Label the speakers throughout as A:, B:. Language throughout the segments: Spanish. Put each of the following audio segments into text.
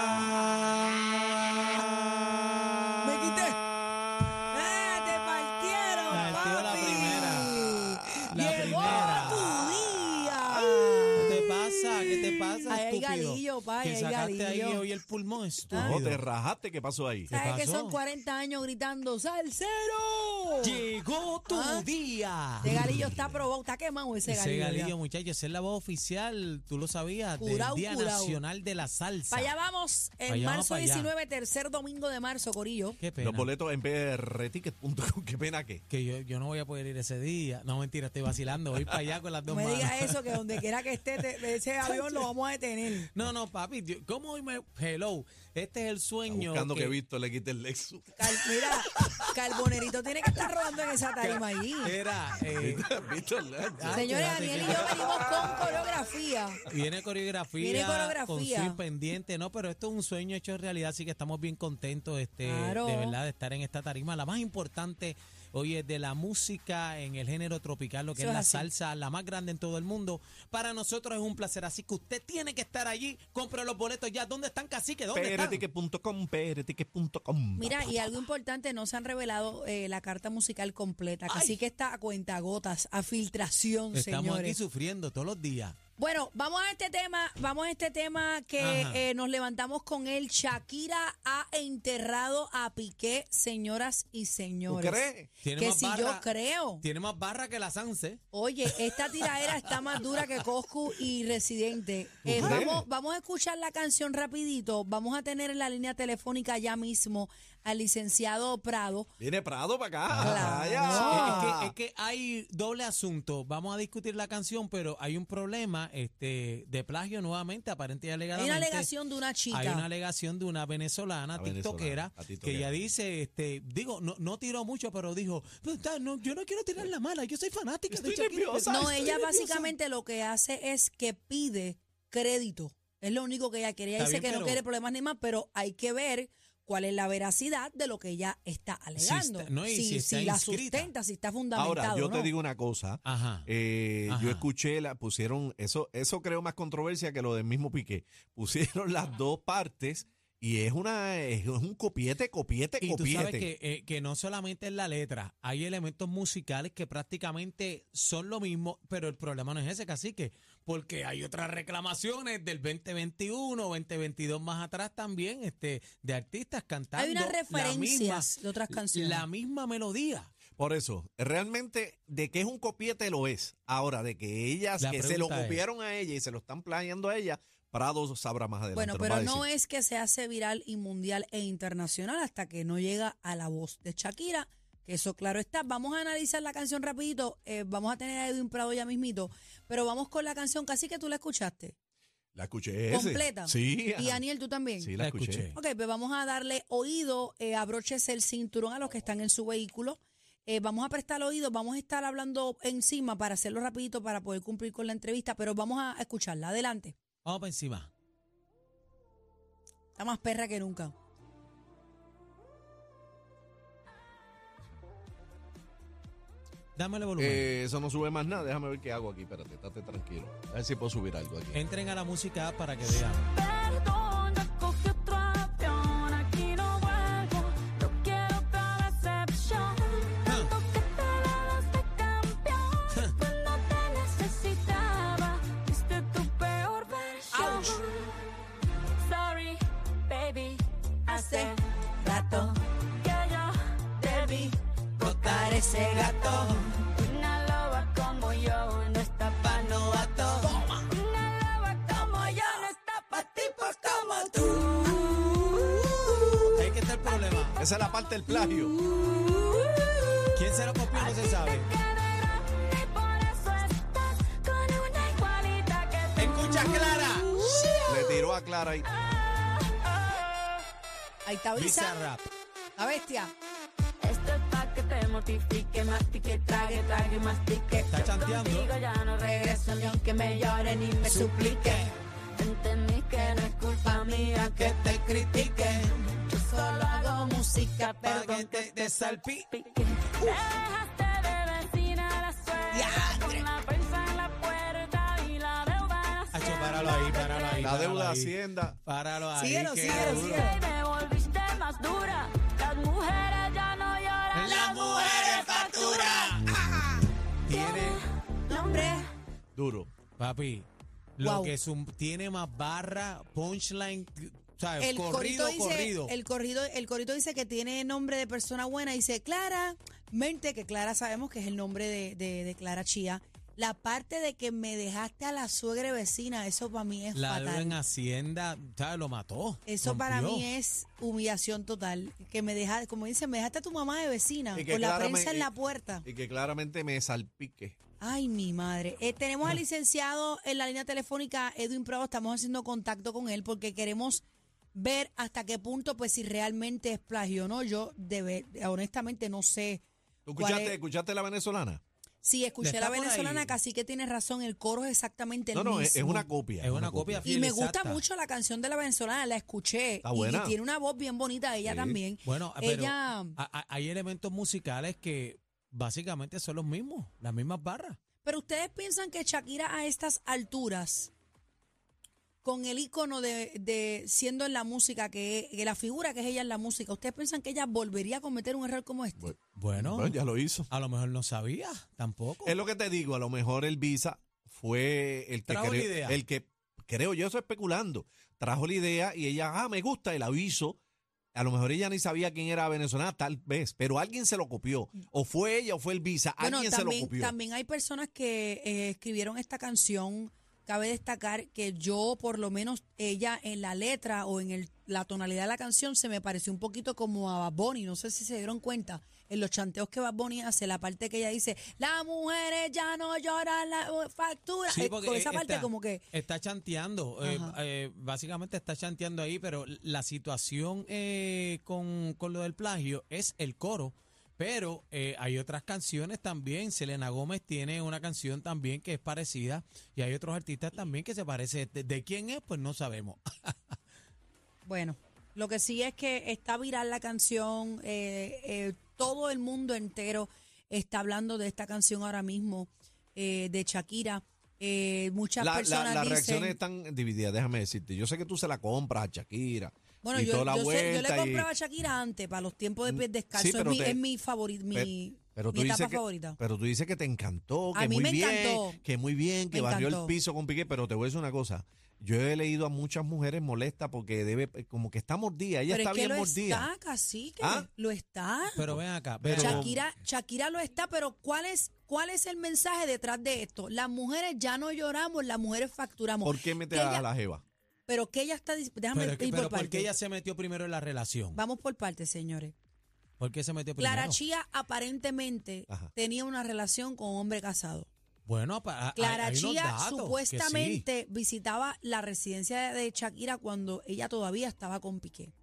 A: Ah,
B: pasa,
A: Ahí hay
B: estúpido?
A: galillo, pa, ahí
B: que
A: hay
B: sacaste ahí
A: galillo.
B: hoy el pulmón,
A: Ah.
B: estúpido.
C: No, te rajaste, ¿qué pasó ahí?
A: ¿Sabes que
B: pasó?
A: son 40 años gritando ¡Salsero!
B: Llegó tu
A: Ah.
B: día.
A: Ese galillo está probado, está quemado ese
B: Ese
A: galillo.
B: galillo, muchachos, esa es la voz oficial, tú lo sabías,
A: Curao,
B: del Día
A: curao.
B: Nacional de la Salsa.
A: Para allá vamos, en
B: Pa' allá vamos,
A: marzo
B: pa' allá.
A: 19, tercer domingo de marzo, Corillo.
B: Qué pena.
C: Los boletos en prticket.com, qué pena que.
B: Que yo, yo no voy a poder ir ese día. No, mentira, estoy vacilando. Voy para allá con las
A: No
B: dos
A: me
B: manos.
A: digas eso, que donde quiera que esté te- de ese avión lo vamos a detener.
B: No, no, papi, yo- ¿cómo hoy me... Hello, este es el
C: Está
B: sueño.
C: Buscando que Víctor le quite el Lexus.
A: Cal- mira, Carbonerito tiene que estar rodando en esa tarima allí.
B: Era, eh,
C: Víctor, le-
B: Ah,
A: Señores,
B: espérate,
A: Daniel y
B: que-
A: yo venimos con coreografía.
B: viene coreografía,
A: Viene coreografía.
B: con swing pendiente, no, pero esto es un sueño hecho realidad, así que estamos bien contentos este,
A: Claro.
B: de verdad de estar en esta tarima. La más importante hoy es de la música en el género tropical, lo que
A: Eso
B: es
A: es
B: la
A: así.
B: salsa, la más grande en todo el mundo. Para nosotros es un placer, así que usted tiene que estar allí, compre los boletos ya. ¿Dónde están, cacique? ¿Dónde están?
C: prticket.com, prticket.com.
A: Mira, y algo importante, no se han revelado eh, la carta musical completa,
B: Ay.
A: así que está a cuentagotas, a filtración,
B: Estamos aquí
A: señores.
B: sufriendo todos los días.
A: Bueno, vamos a este tema, vamos a este tema que
B: Ajá.
A: eh, nos levantamos con él. Shakira ha enterrado a Piqué, señoras y
C: ¿Tú
A: señores.
C: crees?
B: Tiene
A: Que
B: más
A: si
B: barra-
A: yo creo.
B: Tiene más barra que la Sanse.
A: Oye, esta tiradera está más dura que Coscu y Residente. Eh,
C: ¿Tú crees?
A: vamos, vamos a escuchar la canción rapidito. Vamos a tener en la línea telefónica ya mismo al licenciado Prado.
C: Viene Prado para acá.
A: Claro.
C: Allá.
B: Es,
A: Ah.
B: que, es que hay doble asunto. Vamos a discutir la canción, pero hay un problema este, de plagio nuevamente, aparente y
A: Hay
B: alegadamente.
A: una alegación de una chica.
B: Hay una alegación de una venezolana,
C: Una
B: tiktokera,
C: venezolana, la
B: que
C: tiktokera.
B: ella dice, este, digo, no, no tiró mucho, pero dijo, "Pues, ta, no, yo no quiero tirar la mala, yo soy fanática de
C: Estoy
B: Shakira".
C: nerviosa.
A: No,
C: Ay,
A: ella
C: estoy nerviosa.
A: básicamente lo que hace es que pide crédito. Es lo único que ella quiere. Ella
B: Está
A: dice que
B: bien,
A: no
B: pero-
A: quiere problemas ni más, pero hay que ver cuál es la veracidad de lo que ella está alegando.
B: está- no, y si está
A: la
B: inscrita.
A: sustenta, si está fundamentado.
C: Ahora, yo
A: ¿no?
C: te digo una cosa.
B: Ajá.
C: Eh,
B: Ajá.
C: yo escuché, la, pusieron, eso, eso creo más controversia que lo del mismo Piqué. Pusieron las dos partes y es una, es un copiete, copiete,
B: Y tú
C: copiete.
B: sabes que, eh, que no solamente es la letra, hay elementos musicales que prácticamente son lo mismo, pero el problema no es ese, cacique, porque hay otras reclamaciones del 2021, 2022 más atrás también, este, de artistas cantando
A: Hay unas
B: la misma,
A: referencias de otras canciones.
B: la misma melodía.
C: Por eso, realmente, de que es un copiete lo es. Ahora, de que ellas,
B: La
C: que se lo
B: pregunta es-
C: copiaron a ella y se lo están plagiando a ella, Prado sabrá más adelante.
A: Bueno,
C: nos va
A: pero
C: a
A: no
C: decir.
A: es que se hace viral y mundial e internacional hasta que no llega a la voz de Shakira, que eso claro está. Vamos a analizar la canción rapidito, eh, vamos a tener a Edwin Prado ya mismito, pero vamos con la canción, casi que tú la escuchaste.
C: La escuché ese.
A: ¿Completa?
C: Sí.
A: Y
C: ajá.
A: Daniel, tú también.
C: Sí, la,
B: La
C: escuché.
B: escuché.
A: Ok, pues vamos a darle oído, eh, abróchese el cinturón a los que están en su vehículo. Eh, vamos a prestar oído, vamos a estar hablando encima para hacerlo rapidito para poder cumplir con la entrevista, pero vamos a escucharla. Adelante.
B: Vamos para encima.
A: Está más perra que nunca.
B: Dame el volumen.
C: Eh, eso no sube más nada. Déjame ver qué hago aquí. Espérate, estate tranquilo. A ver si puedo subir algo aquí.
B: Entren a la música para que vean.
D: Perdón, ya cogí otro avión, aquí no vuelvo, no quiero otra decepción. Tanto que te ganaste campeón, cuando te necesitaba, viste tu peor versión. Sorry, baby, hace
A: rato
D: que yo te vi
A: botar ese gato.
D: una loba como yo, no está pa' novato. Una loba como yo, no está pa' tipos como tú.
B: Ahí que está el problema.
C: Esa es la parte del plagio.
B: ¿Quién se lo copió? No se sabe.
D: Y por eso estás con una igualita que tú.
B: Escucha, Clara.
C: Le tiró a Clara y
A: Ahí está Bizarra,
B: Bizarrap.
A: la bestia.
D: Esto es pa' que te mortifique, mastique, trague, trague, mastique.
B: Está
D: Yo
B: chanteando.
D: contigo ya no regreso ni aunque me llore ni me suplique. Entendí que no es culpa mía que te critique. Yo solo hago música,
B: Para
D: perdón
B: que te, te salpi-
D: pique.
B: Uh.
D: Dejaste de vecina la suerte con la prensa en la puerta y la deuda en la
B: Acho, páralo ahí, páralo ahí.
C: la
B: páralo
C: deuda de
B: ahí.
C: Hacienda.
B: Páralo ahí.
A: Síguelo,
B: que
A: síguelo,
B: duro.
A: síguelo.
D: Y me volviste más dura. Las mujeres ya no lloran.
B: Las mujeres facturan. Tiene.
A: Nombre.
C: Duro.
B: Papi, Lo
A: Wow.
B: que sum- tiene más barra, punchline, ¿sabes?
A: El corrido
B: corrido,
A: dice,
B: corrido.
A: El corrido, el corito dice que tiene nombre de persona buena. Dice Clara, mente, que Clara sabemos que es el nombre de, de- de Clara Chía. La parte de que me dejaste a la suegra vecina, eso para mí es
B: la deuda
A: fatal.
B: en Hacienda, ¿sabes? Lo mató.
A: Eso para
B: rompió.
A: mí es humillación total. Que me deja, como dicen, me dejaste a tu mamá de vecina,
C: Y que
A: con la
C: claramente-
A: prensa en la puerta.
C: Y que claramente me salpique.
A: Ay, mi madre. Eh, tenemos
C: Ah.
A: al licenciado en la línea telefónica Edwin Prado. Estamos haciendo contacto con él porque queremos ver hasta qué punto, pues, si realmente es plagio o no. Yo, de ver- honestamente, no sé.
C: ¿Tú
A: cuál
C: escuchaste,
A: es-
C: escuchaste la venezolana?
A: Sí, escuché
B: ¿Le
A: la
B: está por
A: venezolana,
B: ahí?
A: casi que tienes razón. El coro es exactamente el
C: No, no,
A: mismo.
C: es, es una copia.
B: Es una copia
A: Y me gusta
B: exacta.
A: mucho la canción de la venezolana, la escuché.
C: Está
A: y-
C: buena.
A: Y tiene una voz bien bonita ella
C: Sí.
A: también.
B: Bueno, pero
A: ella,
B: a- a- hay elementos musicales que básicamente son los mismos, las mismas barras.
A: pero ustedes piensan que Shakira a estas alturas, con el icono de, de siendo en la música, que, que la figura que es ella en la música, ¿ustedes piensan que ella volvería a cometer un error como este?
C: Bueno,
B: Bueno,
C: Bueno, ya lo hizo.
B: a lo mejor no sabía tampoco.
C: Es lo que te digo, a lo mejor el Visa fue el que
B: Trajo la
C: creo,
B: idea.
C: el que creo yo eso especulando, trajo la idea y ella, ah, me gusta el aviso. A lo mejor ella ni sabía quién era venezolana, tal vez, pero alguien se lo copió. O fue ella o fue el Visa,
A: Bueno,
C: alguien se lo
A: también,
C: copió.
A: también hay personas que eh, escribieron esta canción. Cabe destacar que yo, por lo menos, ella en la letra o en el- la tonalidad de la canción se me pareció un poquito como a Bad Bunny. No sé si se dieron cuenta en los chanteos que Bad Bunny hace, la parte que ella dice, las mujeres ya no lloran la uh, factura.
B: Sí,
A: Eh,
B: porque e,
A: con esa
B: está-
A: parte como que...
B: Está chanteando, eh,
A: Ajá.
B: eh, básicamente está chanteando ahí, pero la situación eh, con, con lo del plagio es el coro. Pero eh, hay otras canciones también. Selena Gómez tiene una canción también que es parecida. Y hay otros artistas también que se parece. ¿De, de quién es? Pues no sabemos.
A: Bueno, lo que sí es que está viral la canción, eh, eh, todo el mundo entero está hablando de esta canción ahora mismo, eh, de Shakira. Eh, muchas
C: La- la-
A: personas
C: las
A: dicen,
C: reacciones están divididas, déjame decirte. Yo sé que tú se la compras a Shakira.
A: bueno,
C: y
A: yo,
C: toda la
A: yo sé- yo
C: vuelta
A: le
C: y- Mm,
A: compraba a Shakira antes para los tiempos de pie descalzo,
C: Sí,
A: es,
C: pero
A: mi,
C: te-
A: es mi favorito,
C: Pe-
A: mi,
C: pero
A: mi
C: tú dices
A: etapa
C: que,
A: favorita.
C: Pero tú dices que te encantó,
A: A
C: que
A: mí
C: muy
A: me
C: bien,
A: encantó.
C: que muy bien, que
A: Me
C: barrió
A: encantó.
C: el piso con Piqué, pero te voy a decir una cosa. Yo he leído a muchas mujeres molestas porque debe, como que está mordida, ella
A: Pero
C: está
A: es que
C: bien
A: lo
C: mordida.
A: está, casi que
C: ¿Ah?
A: lo está.
B: Pero ven acá.
C: Pero-
B: pero-
A: Shakira, Shakira lo está, pero ¿cuál es, ¿cuál es el mensaje detrás de esto? Las mujeres ya no lloramos, las mujeres facturamos.
C: ¿Por qué meter
A: Que
C: a
A: ella-
C: la jeva?
A: Pero que ella está. dis- Déjame
B: Pero, es
A: ir
B: que-
A: por
B: pero ¿por
A: partes.
B: qué ella se metió primero en la relación?
A: Vamos por partes, señores.
B: ¿Por qué se metió primero?
A: Clara Chía aparentemente
C: Ajá.
A: tenía una relación con un hombre casado.
B: Bueno, pa- hay-
A: Clara
B: hay unos
A: Chía
B: datos que sí.
A: supuestamente visitaba la residencia de Shakira cuando ella todavía estaba con Piqué.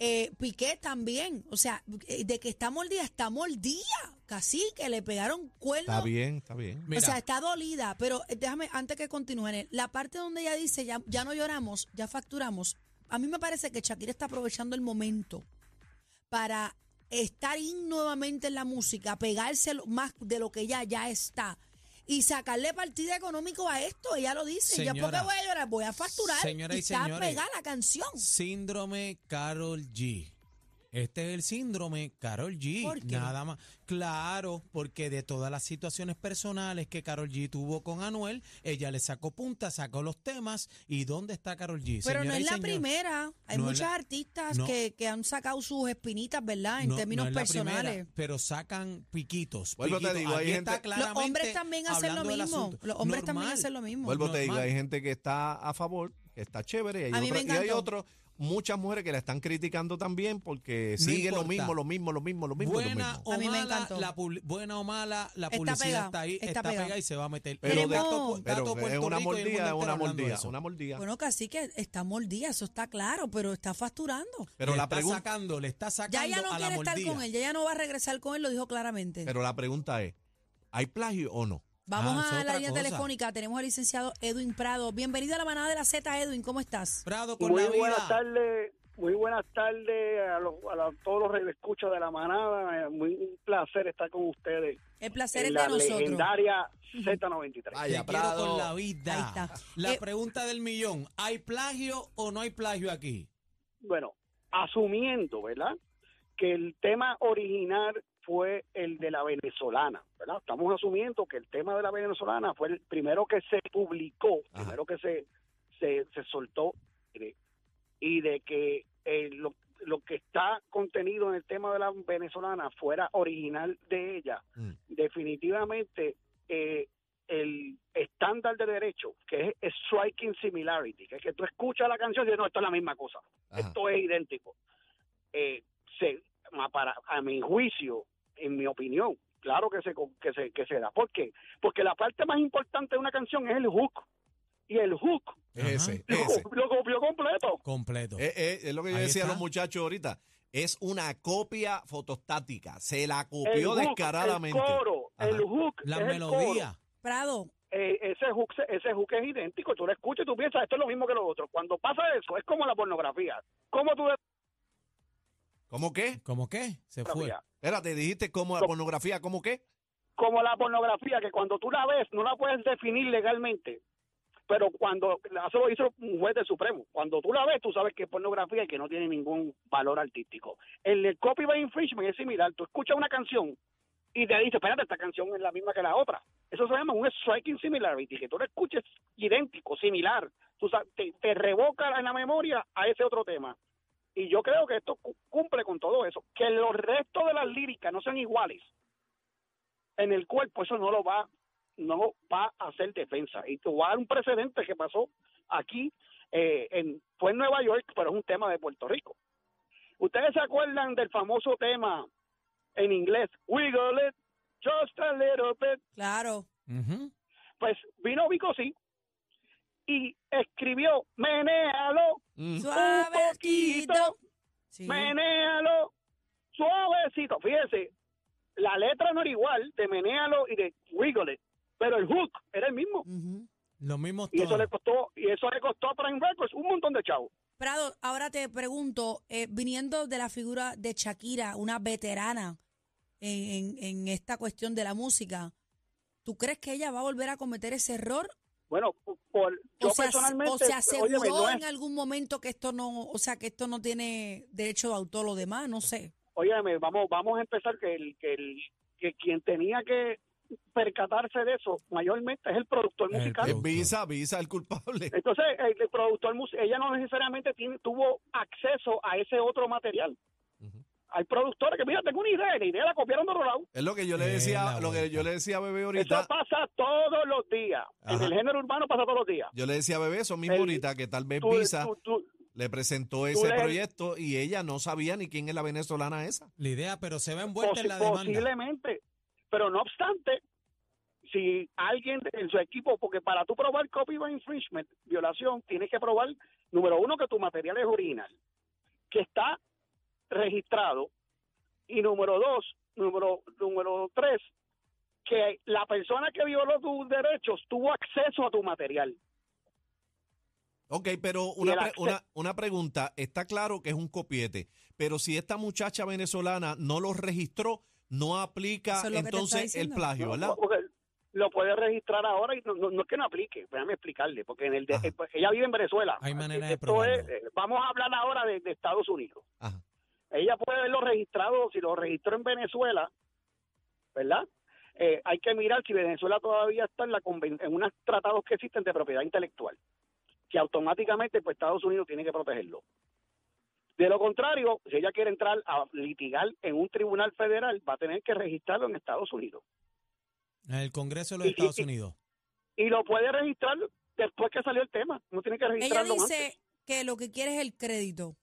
A: Eh, Piqué también, o sea, eh, de que está mordida, está mordida. Casi que le pegaron cuernos
C: Está bien, está bien.
B: Mira,
A: O sea, está dolida, pero eh, déjame, antes que continúen, eh, la parte donde ella dice, ya, ya no lloramos, ya facturamos, a mí me parece que Shakira está aprovechando el momento para estar in nuevamente en la música, pegarse lo- más de lo que ella ya está y sacarle partido económico a esto. Ella lo dice, ¿ya por qué
B: Señora,
A: voy a llorar? Voy a facturar
B: señora
A: y
B: y
A: está
B: señores.
A: pegada la canción.
B: Síndrome Carol G. Este es el síndrome Carol G.
A: ¿Por qué?
B: Nada más. Claro, porque de todas las situaciones personales que Carol G tuvo con Anuel, ella le sacó punta, sacó los temas. ¿Y dónde está Carol G?
A: Pero no
B: Señoras
A: es
B: y
A: la
B: señores,
A: primera, hay
B: No es
A: muchas
B: la-
A: artistas
B: no.
A: que, que han sacado sus espinitas, ¿verdad? En
B: no-
A: términos
B: no es la primera,
A: personales.
B: pero sacan piquitos.
C: Vuelvo te
B: piquitos.
C: digo, hay
B: Aquí
C: gente-
B: está
C: Los
A: Los
B: claramente
A: hombres también hacen lo
B: hablando del
A: mismo.
B: asunto.
A: Los hombres también
B: Normal.
A: hacen lo mismo.
C: Vuelvo te digo,
B: normal.
C: hay gente que está a favor, que está chévere, y hay,
A: A mí me
C: otra- y hay
A: encantó.
C: otros, muchas mujeres que la están criticando también porque
B: No
C: siguen lo
B: importa.
C: mismo, lo mismo, lo mismo, lo mismo. lo
B: Buena
C: mismo.
B: o,
A: A mí me
B: mala,
A: encantó.
B: la publi- buena o mala, la
A: Está
B: publicidad
A: pegado,
B: está ahí,
A: está
B: está,
A: pegado.
B: pegada y se va a meter.
C: Pero,
A: Tenemos-
B: dato-
C: pero
B: dato
C: es
B: Puerto
C: una
B: Rico y el mundo
C: mordida, es
B: entero
C: una
B: hablando de
C: mordida,
B: eso.
C: una mordida.
A: Bueno, casi que está mordida, eso está claro, pero está facturando.
C: Pero
B: le
C: la
B: está
C: pregunta,
B: sacando, le está sacando
A: Ya ella no
B: a la
A: quiere estar
B: mordida.
A: con él, ya ella no va a regresar con él, lo dijo claramente.
C: pero la pregunta es, ¿hay plagio o no?
A: Vamos
B: Ah, es
A: a la
B: otra
A: línea
B: cosa.
A: telefónica, tenemos al licenciado Edwin Prado. Bienvenido a la manada de la Z, Edwin, ¿cómo estás?
B: Prado con
E: Muy
B: la vida.
E: buenas tardes, muy buenas tardes a, los- a la- todos los redescuchos de la manada. Eh, Muy un placer estar con ustedes
A: El placer
E: en
A: es
E: la
A: de nosotros.
E: legendaria Z93.
B: Te
C: Vaya,
B: quiero
C: Prado.
B: con la vida.
A: Ahí está.
B: La
A: Eh,
B: pregunta del millón, ¿hay plagio o no hay plagio aquí?
E: Bueno, asumiendo, ¿verdad? Que el tema original fue el de la venezolana, ¿verdad? Estamos asumiendo que el tema de la venezolana fue el primero que se publicó,
C: Ajá.
E: primero que se, se, se soltó, eh, y de que eh, lo, lo que está contenido en el tema de la venezolana fuera original de ella,
C: Mm.
E: definitivamente eh, el estándar de derecho, que es striking similarity, que es que tú escuchas la canción y dices, no, esto es la misma cosa
C: Ajá.
E: esto es idéntico. Eh, se, ma- para, a mi juicio, en mi opinión, claro que se, co- que, se, que se da. ¿Por qué? Porque la parte más importante de una canción es el hook. Y el hook
B: Ajá.
C: Ese,
E: lo,
C: ese.
E: co- lo copió completo.
B: Completo.
C: Eh, eh, es lo que yo
B: Ahí
C: decía a
B: está.
C: los muchachos ahorita. Es una copia fotostática. Se la
E: El
C: copió
E: hook,
C: descaradamente.
E: El coro,
C: Ajá.
E: el hook.
B: Las
E: es el coro.
B: melodías.
A: Prado,
E: Eh, ese, hook, se- ese hook es idéntico. Tú lo escuchas y tú piensas, esto es lo mismo que lo otro. Cuando pasa eso, es como la pornografía. ¿Cómo tú ves
C: ¿Cómo qué?
B: ¿Cómo qué? Se
E: la
B: fue.
E: pornografía?
C: Espérate, dijiste como la pornografía, ¿cómo qué?
E: como la pornografía, que cuando tú la ves no la puedes definir legalmente. Pero cuando, eso lo hizo un juez del Supremo, cuando tú la ves tú sabes que es pornografía y que no tiene ningún valor artístico. El, el copyright infringement es similar, tú escuchas una canción y te dice, espérate, esta canción es la misma que la otra. Eso se llama un striking similarity, que tú lo escuches idéntico, similar. Tú sabes, te, te revoca en la memoria a ese otro tema. Y yo creo que esto cu- cumple con todo eso. Que los restos de las líricas no sean iguales en el cuerpo, eso no lo va, no lo va a hacer defensa. Y te voy a dar un precedente que pasó aquí, eh, en, fue en Nueva York, pero es un tema de Puerto Rico. ¿Ustedes se acuerdan del famoso tema en inglés, Wiggle It, Just a Little Bit?
A: claro.
B: Ujú.
E: Pues vino Vico sí y escribió, menéalo,
C: Mm.
A: Suavecito. Sí.
E: menéalo, suavecito. Fíjense, la letra no era igual de menéalo y de Wiggle It, pero el hook era el mismo.
A: Ujú.
B: Los mismos
E: y eso
B: tonos.
E: le costó y eso le costó a Prime Records un montón de chavos
A: Prado, ahora te pregunto, eh, viniendo de la figura de Shakira, una veterana en, en- en esta cuestión de la música, ¿tú crees que ella va a volver a cometer ese error?
E: bueno por yo
A: o, se, as-
E: personalmente
A: o se
E: óyeme,
A: aseguró
E: no es-
A: en algún momento que esto no, o sea, que esto no tiene derecho de autor lo demás, no sé.
E: óyeme, vamos vamos a empezar que el que el que quien tenía que percatarse de eso mayormente es el productor
B: El
E: musical
C: Es Eh, Visa, Visa el culpable.
E: entonces el, el productor mus- ella no necesariamente tiene, tuvo acceso a ese otro material
C: Ujú.
E: hay productores que mira tengo una idea y la idea la copiaron de otro lado
C: Es lo que yo le
B: Es
C: decía,
B: la
C: lo que
B: vuelta.
C: yo le decía a Bebé
E: eso
C: ahorita.
E: pasa todos los días en
C: Ajá.
E: el género urbano pasa todos los días
C: Yo le decía a Bebé eso mismo
E: El-
C: ahorita, que tal vez
E: Tú-
C: Visa
E: tú- tú-
C: le presentó ese
E: le-
C: proyecto y ella no sabía ni quién es la venezolana esa.
B: La idea, pero se ve envuelta en la
E: Posi-
B: demanda.
E: Posiblemente. Pero no obstante, si alguien en su equipo, porque para tú probar copyright infringement, violación, tienes que probar, número uno, que tu material es original, que está registrado, y número dos, número, número tres, que la persona que violó tus derechos tuvo acceso a tu material.
C: Ok, pero una,
E: el
C: pre-
E: acce-
C: una, una pregunta. Está claro que es un copiete, pero si esta muchacha venezolana no lo registró, no aplica
A: Eso es lo que te
C: entonces
A: estaba
C: el
A: diciendo.
C: plagio, ¿verdad?
E: No, porque lo puede registrar ahora y no, no- no es que no aplique, déjame explicarle, porque en el de-
C: Ajá.
E: eh, pues, ella vive en Venezuela.
B: Hay manera de
E: Esto
B: probarlo.
E: es, eh, vamos a hablar ahora de, de Estados Unidos.
C: Ajá.
E: Ella puede haberlo registrado, si lo registró en Venezuela, ¿verdad? Eh, hay que mirar si Venezuela todavía está en, la conven- en unos tratados que existen de propiedad intelectual, que automáticamente pues Estados Unidos tiene que protegerlo. De lo contrario, si ella quiere entrar a litigar en un tribunal federal, va a tener que registrarlo en Estados Unidos.
B: En el Congreso de los
E: Y- y-
B: Estados
E: y-
B: Unidos.
E: y lo puede registrar después que salió el tema. No tiene que
A: Ella
E: registrarlo antes.
A: dice que lo que quiere es el crédito,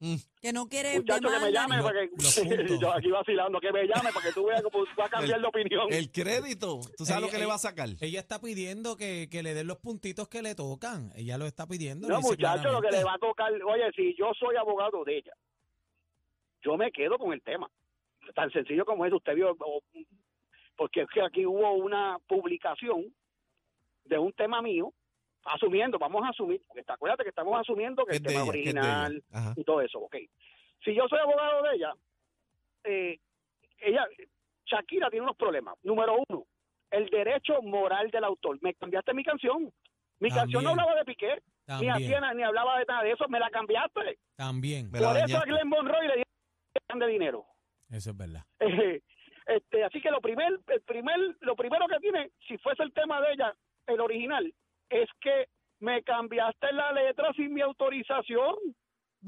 C: Mm.
A: que no quiere
E: Muchacho, que me
A: eh, demanda
E: llame
B: Lo-
E: para
B: los
E: que...
B: puntos.
E: yo aquí vacilando, que me llame para que tú veas cómo va a cambiar
C: El-
E: de opinión.
C: El crédito, ¿tú sabes lo
B: Ella-
C: que le va a sacar?
B: Ella está pidiendo que, que le den los puntitos que le tocan. Ella lo está pidiendo.
E: no,
B: dice
E: muchacho, lo que
B: claramente.
E: le va a tocar... Oye, si yo soy abogado de ella, yo me quedo con el tema. Tan sencillo como es. Usted vio... o- porque es que aquí hubo una publicación de un tema mío, asumiendo, vamos a asumir, porque te- acuérdate que estamos asumiendo que
C: Es
E: el
C: de
E: tema
C: ella, que es de ella.
E: original,
C: Ajá.
E: y todo eso, ok. Si yo soy abogado de ella, eh, ella, Shakira tiene unos problemas. Número uno, el derecho moral del autor. Me cambiaste mi canción. Mi
B: También.
E: canción no hablaba de Piqué, ni,
B: También,
E: hacía- ni hablaba de nada de eso, me la cambiaste.
B: también.
C: Me la
E: Por eso a
C: dañaste.
E: Glenn Monroy le dieron de dinero.
B: Eso es verdad.
E: Eh, Este, así que lo primer, el primer, lo primero que tiene, si fuese el tema de ella, el original, es que me cambiaste la letra sin mi autorización.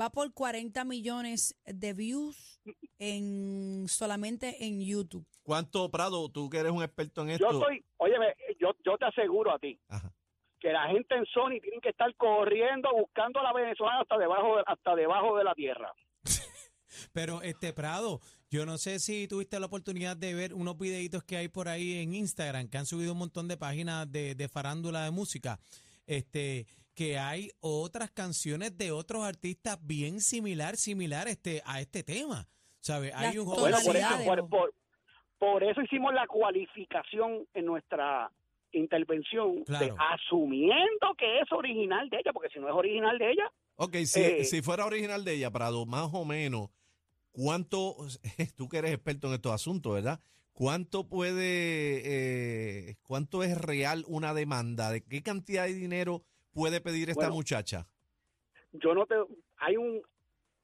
A: Va por 40 millones de views en solamente en YouTube.
C: ¿Cuánto, Prado, tú que eres un experto en esto?
E: Yo soy, óyeme, yo, yo te aseguro a ti
C: Ajá.
E: que la gente en Sony tiene que estar corriendo buscando a la venezolana hasta debajo, de- hasta debajo de la tierra.
B: Pero este Prado, yo no sé si tuviste la oportunidad de ver unos videitos que hay por ahí en Instagram, que han subido un montón de páginas de, de farándula de música, este, que hay otras canciones de otros artistas bien similar, similar este, a este tema. ¿Sabes?
A: Las
B: Hay un
E: Bueno, por eso,
A: Tonalidades,
E: por,
A: ¿no?
E: por- por eso hicimos la cualificación en nuestra intervención,
B: Claro.
E: de- asumiendo que es original de ella, porque si no es original de ella,
C: Ok, si,
E: Eh,
C: si fuera original de ella, Prado, más o menos, ¿cuánto, tú que eres experto en estos asuntos, ¿verdad? ¿Cuánto puede, eh, cuánto es real una demanda? ¿De qué cantidad de dinero puede pedir esta
E: Bueno.
C: muchacha?
E: yo no te hay un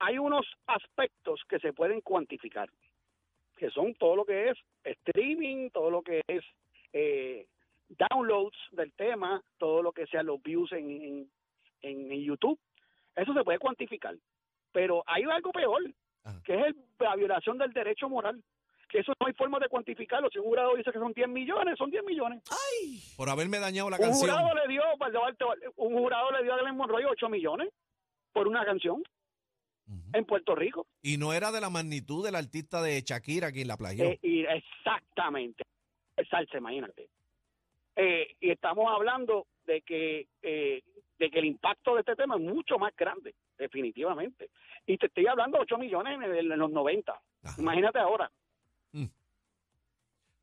E: hay unos aspectos que se pueden cuantificar que son todo lo que es streaming todo lo que es eh, downloads del tema todo lo que sean los views en, en, en- en YouTube eso se puede cuantificar pero hay algo peor
C: Ajá.
E: que es el- la violación del derecho moral que eso no hay forma de cuantificarlo si un jurado dice que son 10 millones son 10 millones
C: Por haberme dañado la
E: un
C: canción.
E: jurado le dio un jurado le dio a Glenn Monroy 8 millones por una canción
C: Ujú.
E: en Puerto Rico.
C: Y no era de la magnitud del artista de Shakira quien la plagió.
E: Eh, y exactamente. Es Salsa, imagínate. Eh, y estamos hablando de que, eh, de que el impacto de este tema es mucho más grande, definitivamente. Y te estoy hablando de 8 millones en, el- en los 90.
C: Ajá. O
E: Imagínate ahora.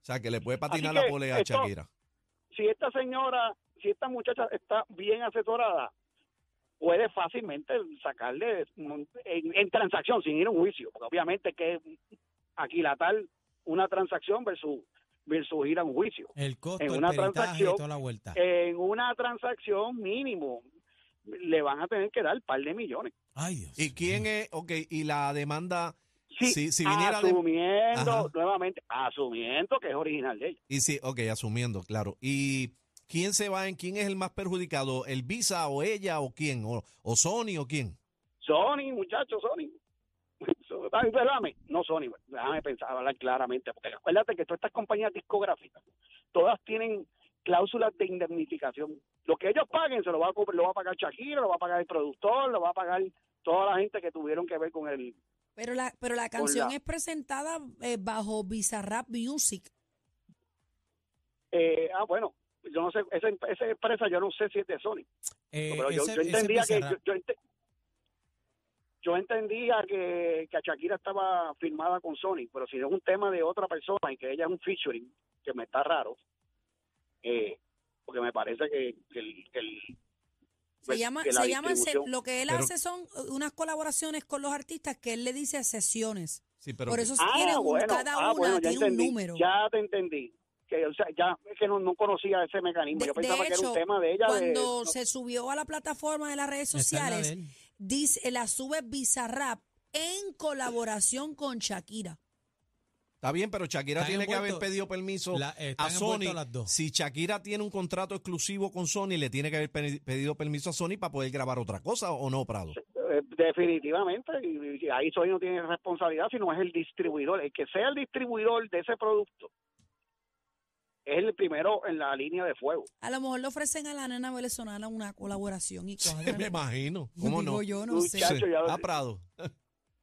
C: sea, que le puede
E: Así
C: patinar
E: que
C: la polea a
E: esto-
C: Shakira.
E: Si esta señora, si esta muchacha está bien asesorada, puede fácilmente sacarle un- en, en transacción sin ir a un juicio. Porque obviamente que aquilatar una transacción versus, versus ir a un juicio.
B: El costo,
E: en
B: el
E: una
B: peritaje y
E: transacción,
B: toda la vuelta.
E: en una transacción mínimo le van a tener que dar un par de millones.
B: Ay, Dios.
C: ¿Y quién es? Ok, y la demanda,
E: Sí,
C: Si- si viniera de-
E: asumiendo,
C: Ajá.
E: nuevamente, asumiendo que es original de ella.
C: y sí, ok, asumiendo, claro. ¿Y quién se va en quién es el más perjudicado? ¿El Visa o ella o quién? ¿O, o Sony o quién?
E: Sony, muchachos, Sony. So- ay, Perdóname, no Sony, déjame pensar, hablar claramente, porque acuérdate que todas estas compañías discográficas, todas tienen cláusulas de indemnificación. Lo que ellos paguen se lo va a, cobr- lo va a pagar Shakira, lo va a pagar el productor, lo va a pagar toda la gente que tuvieron que ver con el,
A: Pero la, pero la canción es presentada eh, bajo Bizarrap Music.
E: Eh, ah, bueno, yo no sé, esa, em, esa empresa yo no sé si es de Sony,
B: Eh,
E: pero yo,
B: ese-
E: yo
B: ese
E: entendía que yo,
B: Bizarrap-
E: yo ente- yo entendía que, que Shakira estaba firmada con Sony, pero si es un tema de otra persona y que ella es un featuring, que me está raro, eh, porque me parece que, que el, que el-
A: Se
E: pues,
A: llama,
E: que la
A: se llaman, se-
E: distribución-
A: lo que él
C: Pero-
A: hace son eh, unas colaboraciones con los artistas que él le dice sesiones.
C: Sí, pero
A: Por eso
E: Ah,
A: tiene un-
E: bueno,
A: cada
E: ah,
A: una
E: bueno, ya
A: tiene
E: entendí,
A: un número.
E: Ya te entendí. Que, o sea, ya es que no, no conocía ese mecanismo.
A: De-
E: Yo
A: de
E: pensaba que era
A: hecho,
E: un tema de ella. de-
A: Cuando
E: no,
A: se subió a la plataforma de las redes
B: Esa es la
A: sociales,
B: de él.
A: dice, la sube Bizarrap en colaboración con Shakira.
C: está bien, pero Shakira
B: Están
C: tiene que haber
B: envueltos-
C: pedido permiso
B: La- eh,
C: a
B: están
C: Sony.
B: envueltas las dos.
C: Si Shakira tiene un contrato exclusivo con Sony, le tiene que haber pe- pedido permiso a Sony para poder grabar otra cosa o no, Prado.
E: Eh, Definitivamente, y y ahí Sony no tiene responsabilidad, sino es el distribuidor. El que sea el distribuidor de ese producto es el primero en la línea de fuego.
A: A lo mejor le ofrecen a la nena venezolana una colaboración y cuadran.
C: Me imagino. ¿Cómo
A: Digo
C: no?
A: yo, no
E: Uy,
A: sé.
E: chacho, ya-
C: Ah, Prado.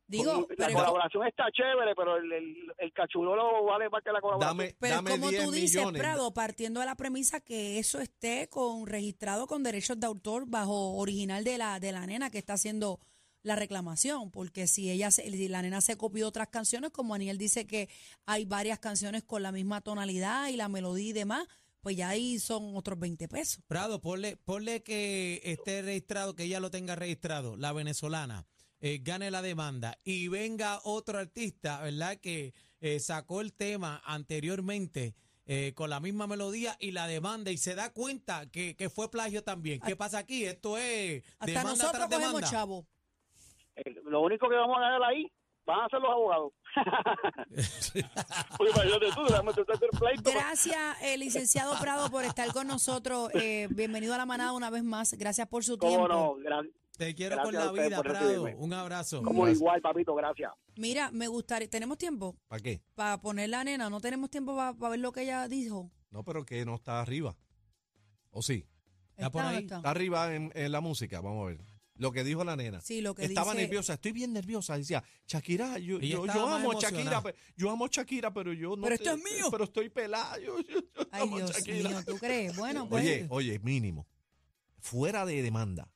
A: Digo,
E: la
A: pero,
E: colaboración está chévere, pero el, el, el cachulolo vale más que la colaboración.
C: Dame,
A: pero es
C: dame
A: como
C: 10
A: tú dices,
C: millones.
A: Prado, partiendo de la premisa que eso esté con registrado con derechos de autor bajo original de la, de la nena que está haciendo la reclamación, porque si ella se- si la nena se copió otras canciones, como Aniel dice que hay varias canciones con la misma tonalidad y la melodía y demás, pues ya ahí son otros 20 pesos.
B: Prado, ponle, ponle que esté registrado, que ella lo tenga registrado, la venezolana, eh, gane la demanda y venga otro artista, ¿verdad? Que eh, sacó el tema anteriormente eh, con la misma melodía y la demanda y se da cuenta que, que fue plagio también. ¿Qué pasa aquí? Esto es
A: Hasta
B: demanda
A: nosotros
B: tras
A: cogemos
B: demanda.
A: chavo.
E: Eh, Lo único que vamos a ganar ahí van a ser los abogados. Porque imagínate tú, debemos tratar de hacer pleito.
A: Gracias, eh, licenciado Prado, por estar con nosotros. Eh, bienvenido a la manada una vez más. Gracias por su
E: ¿Cómo
A: tiempo.
E: no? Gra-
B: Te quiero
E: Gracias
B: con
E: a
B: la
E: ustedes
B: vida,
E: por
B: Prado.
E: recibirme.
B: Un abrazo.
E: Como igual, papito, gracias.
A: Mira, me gustaría. ¿Tenemos tiempo
C: ¿Para qué?
A: para poner la nena? ¿No tenemos tiempo para ver lo que ella dijo?
C: No, pero que no está arriba. ¿O sí?
B: ¿Está por
A: o
B: ahí?
C: Está arriba en, en la música, vamos a ver. Lo que dijo la nena.
A: Sí, lo que
C: estaba
A: dice-
C: nerviosa, estoy bien nerviosa. Decía, Shakira, yo,
B: Ella
C: yo,
B: estaba
C: yo
B: más
C: amo a
B: emocionada.
C: Shakira, pe- yo amo a Shakira, pero yo no.
A: Pero
C: te-
A: esto es mío.
C: Pero estoy pelada. Yo, yo- yo
A: Ay,
C: amo a
A: Dios
C: Shakira.
A: mío, ¿tú crees? Bueno, pues.
C: Oye, oye, mínimo. Fuera de demanda.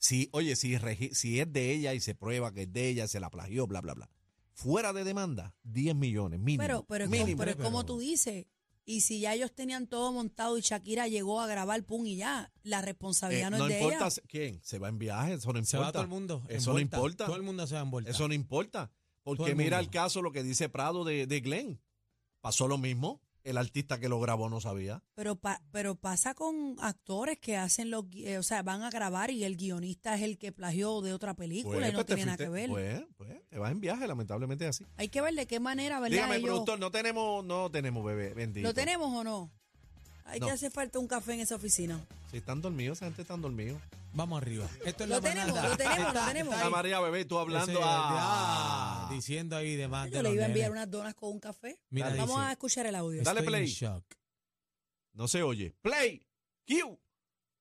C: Si, oye, si, regi- si es de ella y se prueba que es de ella, se la plagió, bla, bla, bla. Fuera de demanda, 10 millones, mínimo.
A: Pero, pero, es como,
C: mínimo.
A: pero es como
B: Pero-
A: tú dices. Y si ya ellos tenían todo montado y Shakira llegó a grabar, pum, y ya, la
C: Eh,
A: responsabilidad no,
C: no
A: es de
C: importa
A: ella.
C: se- quién, se va en viaje, eso no importa.
B: Se va todo el mundo.
C: Eso no
B: envuelta.
C: importa.
B: Todo el mundo se va envuelta.
C: Eso no importa.
B: Todo
C: Porque
B: el
C: mira el
B: mundo.
C: caso, lo que dice Prado de, de Glenn. Pasó lo mismo. El artista que lo grabó no sabía.
A: Pero, pa- pero pasa con actores que hacen los, gui- eh, o sea, van a grabar y el guionista es el que plagió de otra película
C: Pues,
A: y no
C: pues, te
A: tiene nada que
C: fuiste-
A: ver.
C: Pues, pues, te vas en viaje, lamentablemente es así.
A: Hay que ver Pues de qué manera, ¿verdad?
C: Dígame,
A: Ellos-
C: productor, no tenemos, no tenemos bebé, bendito.
A: ¿Lo tenemos o no? Hay que
C: No.
A: hacer falta un café en esa oficina.
C: Si están dormidos, esa gente está dormido.
B: Vamos arriba. Esto es
A: Lo
B: la
A: tenemos,
B: manada.
A: lo tenemos,
B: Está-
A: lo tenemos.
B: está
C: Ana
B: ahí.
C: María, bebé, tú hablando.
B: Ese-
C: ah.
B: ah, diciendo ahí de más.
A: Yo
B: de
A: le
B: los
A: iba a enviar
B: nenes.
A: unas donas con un café.
B: Mira,
A: Vamos
B: dice,
A: a escuchar el audio.
C: Dale
B: estoy en
C: play.
B: shock.
C: No se oye. Play. Q.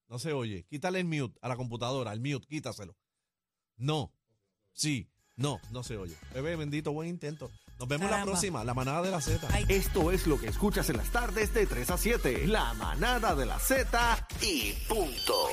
C: No se oye. Quítale el mute a la computadora. El mute, quítaselo. No. Sí. No, no se oye. Bebé, bendito, buen intento. Nos vemos la
A: Caramba.
C: próxima, la manada de la Z.
A: Ay,
F: Esto es lo que escuchas en las tardes de 3 a 7. La manada de la Z y punto.